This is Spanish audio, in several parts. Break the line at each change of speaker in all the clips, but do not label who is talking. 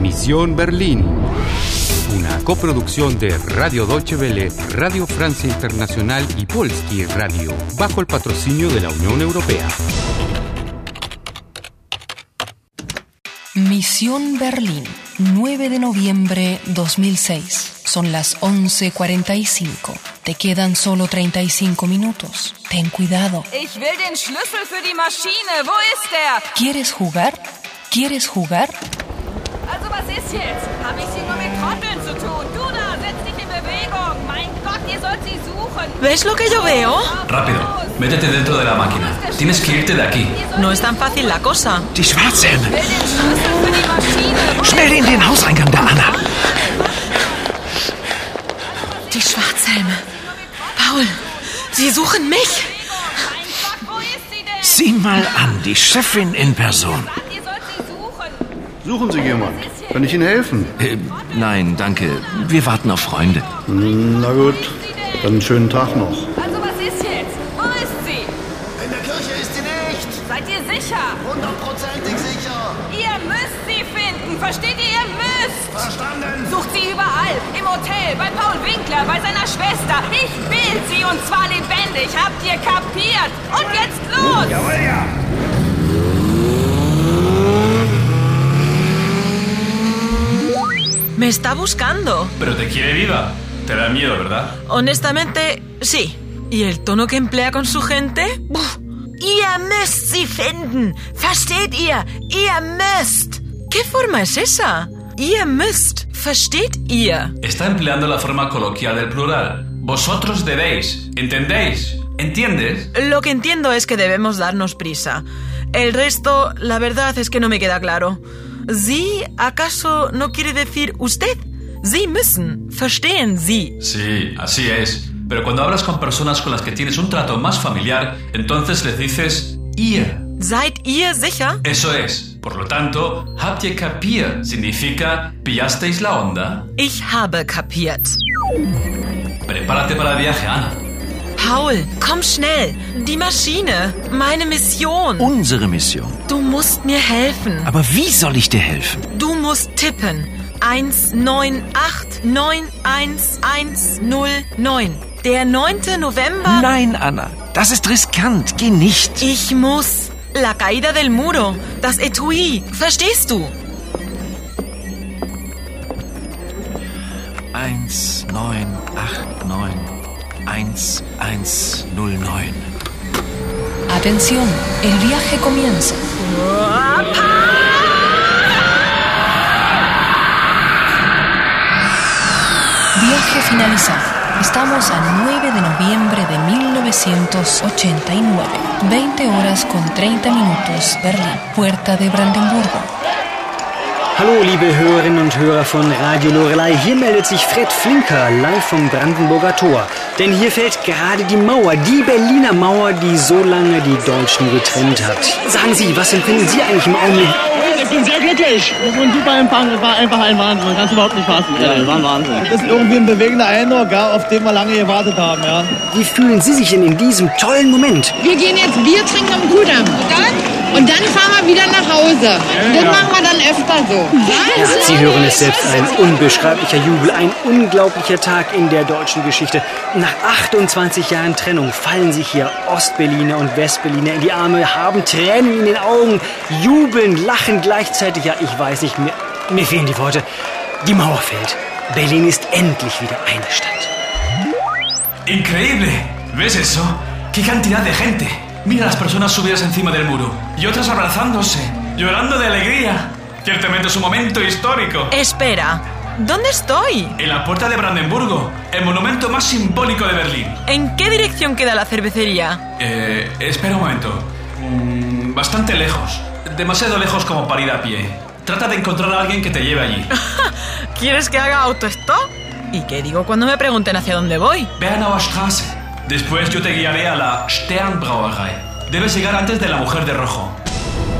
Misión Berlín. Una coproducción de Radio Deutsche Welle, Radio Francia Internacional y Polski Radio, bajo el patrocinio de la Unión Europea.
Misión Berlín, 9 de noviembre 2006. Son las 11:45. Te quedan solo 35 minutos. Ten cuidado.
Ich will den Schlüssel für die Maschine. Wo ist er?
¿Quieres jugar? ¿Quieres jugar?
Also was ist jetzt? Hab ich hier nur mit Trotteln zu tun? Du da, setz dich in Bewegung. Mein Gott, ihr sollt sie suchen.
¿Ves lo que yo veo?
Rápido, métete dentro de la máquina. Tienes que irte de aquí.
No es tan fácil la cosa.
Die
Ich
Schwarzen!
will den Schlüssel für die Maschine. Wo ist
Schnell in den Hauseingang der Anna!
Die Schwarzhelme. Paul, sie suchen mich.
Mein Gott, wo ist sie denn?
Sieh mal an, die Chefin in Person.
Mann, ihr sollt sie suchen.
Suchen Sie jemanden. Kann ich Ihnen helfen?
Eh, nein, danke. Wir warten auf Freunde.
Na gut, dann einen schönen Tag noch.
Also was ist jetzt? Wo ist sie?
In der Kirche ist sie nicht!
Seid ihr sicher?
Hundertprozentig sicher!
Ihr müsst sie finden. Versteht ihr? Ihr müsst.
Verstanden!
Sucht sie überall. Im Hotel, bei Paul Winkler, bei seiner Schwester. Ich will sie und zwar lebendig. Habt ihr kapiert? Und jetzt los!
Jawohl, ja!
Me está buscando.
Pero te quiere viva. Te da miedo, ¿verdad?
Honestamente, sí. ¿Y el tono que emplea con su gente? Buf. Ihr müsst sie finden. Versteht ihr? Ihr müsst. ¿Qué forma es esa? Ihr müsst. Versteht ihr?
Está empleando la forma coloquial del plural. Vosotros debéis. ¿Entendéis? ¿Entiendes?
Lo que entiendo es que debemos darnos prisa. El resto, la verdad es que no me queda claro. ¿Sie acaso no quiere decir usted? Sie müssen. Verstehen Sie.
Sí, así es. Pero cuando hablas con personas con las que tienes un trato más familiar, entonces les dices ihr.
¿Seid ihr sicher?
Eso es. Por lo tanto, habt ihr kapiert significa pillasteis la onda.
Ich habe kapiert.
Prepárate para el viaje, Ana.
Paul, komm schnell. Die Maschine. Meine Mission.
Unsere Mission.
Du musst mir helfen.
Aber wie soll ich dir helfen?
Du musst tippen. 198911109. Der 9. November.
Nein, Anna, das ist riskant. Geh nicht.
Ich muss. La caída del muro. Das Etui. Verstehst du?
Eins neun acht neun eins eins null neun.
Atención, el viaje comienza. Viaje finalizado. Estamos a 9 de noviembre de 1989. 20 horas con 30 minutos, Berlín, Puerta de Brandenburgo.
Hallo, liebe Hörerinnen und Hörer von Radio Lorelei. Hier meldet sich Fred Flinker live vom Brandenburger Tor. Denn hier fällt gerade die Mauer, die Berliner Mauer, die so lange die Deutschen getrennt hat. Sagen Sie, was empfinden Sie eigentlich im Augenblick?
Oh, Ich bin sehr glücklich. Das war ein super Empfang. Das war einfach ein Wahnsinn. Kannst du überhaupt nicht fassen. Ja, das war ein Wahnsinn. Das ist irgendwie ein bewegender Eindruck, ja, auf den wir lange gewartet haben. Ja.
Wie fühlen Sie sich denn in diesem tollen Moment?
Wir gehen jetzt Bier trinken am Kudamm. Und dann? Und dann fahren wir wieder nach Hause. das machen wir dann öfter so.
Ja, Sie hören es selbst, ein unbeschreiblicher Jubel, ein unglaublicher Tag in der deutschen Geschichte. Nach 28 Jahren Trennung fallen sich hier Ostberliner und Westberliner in die Arme, haben Tränen in den Augen, jubeln, lachen gleichzeitig. Ja, ich weiß nicht, mir, mir fehlen die Worte. Die Mauer fällt. Berlin ist endlich wieder eine Stadt.
¡Increíble! ¿Ves eso? ¡Qué cantidad de gente! Mira las personas subidas encima del muro y otras abrazándose, llorando de alegría. Ciertamente es un momento histórico.
Espera. ¿Dónde estoy?
En la puerta de Brandenburgo, el monumento más simbólico de Berlín.
¿En qué dirección queda la cervecería?
Eh, espera un momento. Mm, bastante lejos. Demasiado lejos como para ir a pie. Trata de encontrar a alguien que te lleve allí.
¿Quieres que haga autostop? ¿Y qué digo cuando me pregunten hacia dónde voy?
Bernauer Straße. Después yo te guiaré a la Sternbrauerei. Debes llegar antes de la mujer de rojo.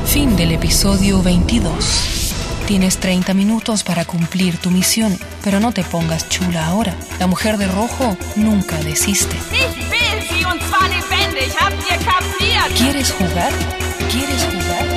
Fin del episodio 22. Tienes 30 minutos para cumplir tu misión, pero no te pongas chula ahora. La mujer de rojo nunca desiste.
Ich will sie und zwar lebendig. Habt ihr kapiert?
¿Quieres jugar? ¿Quieres jugar?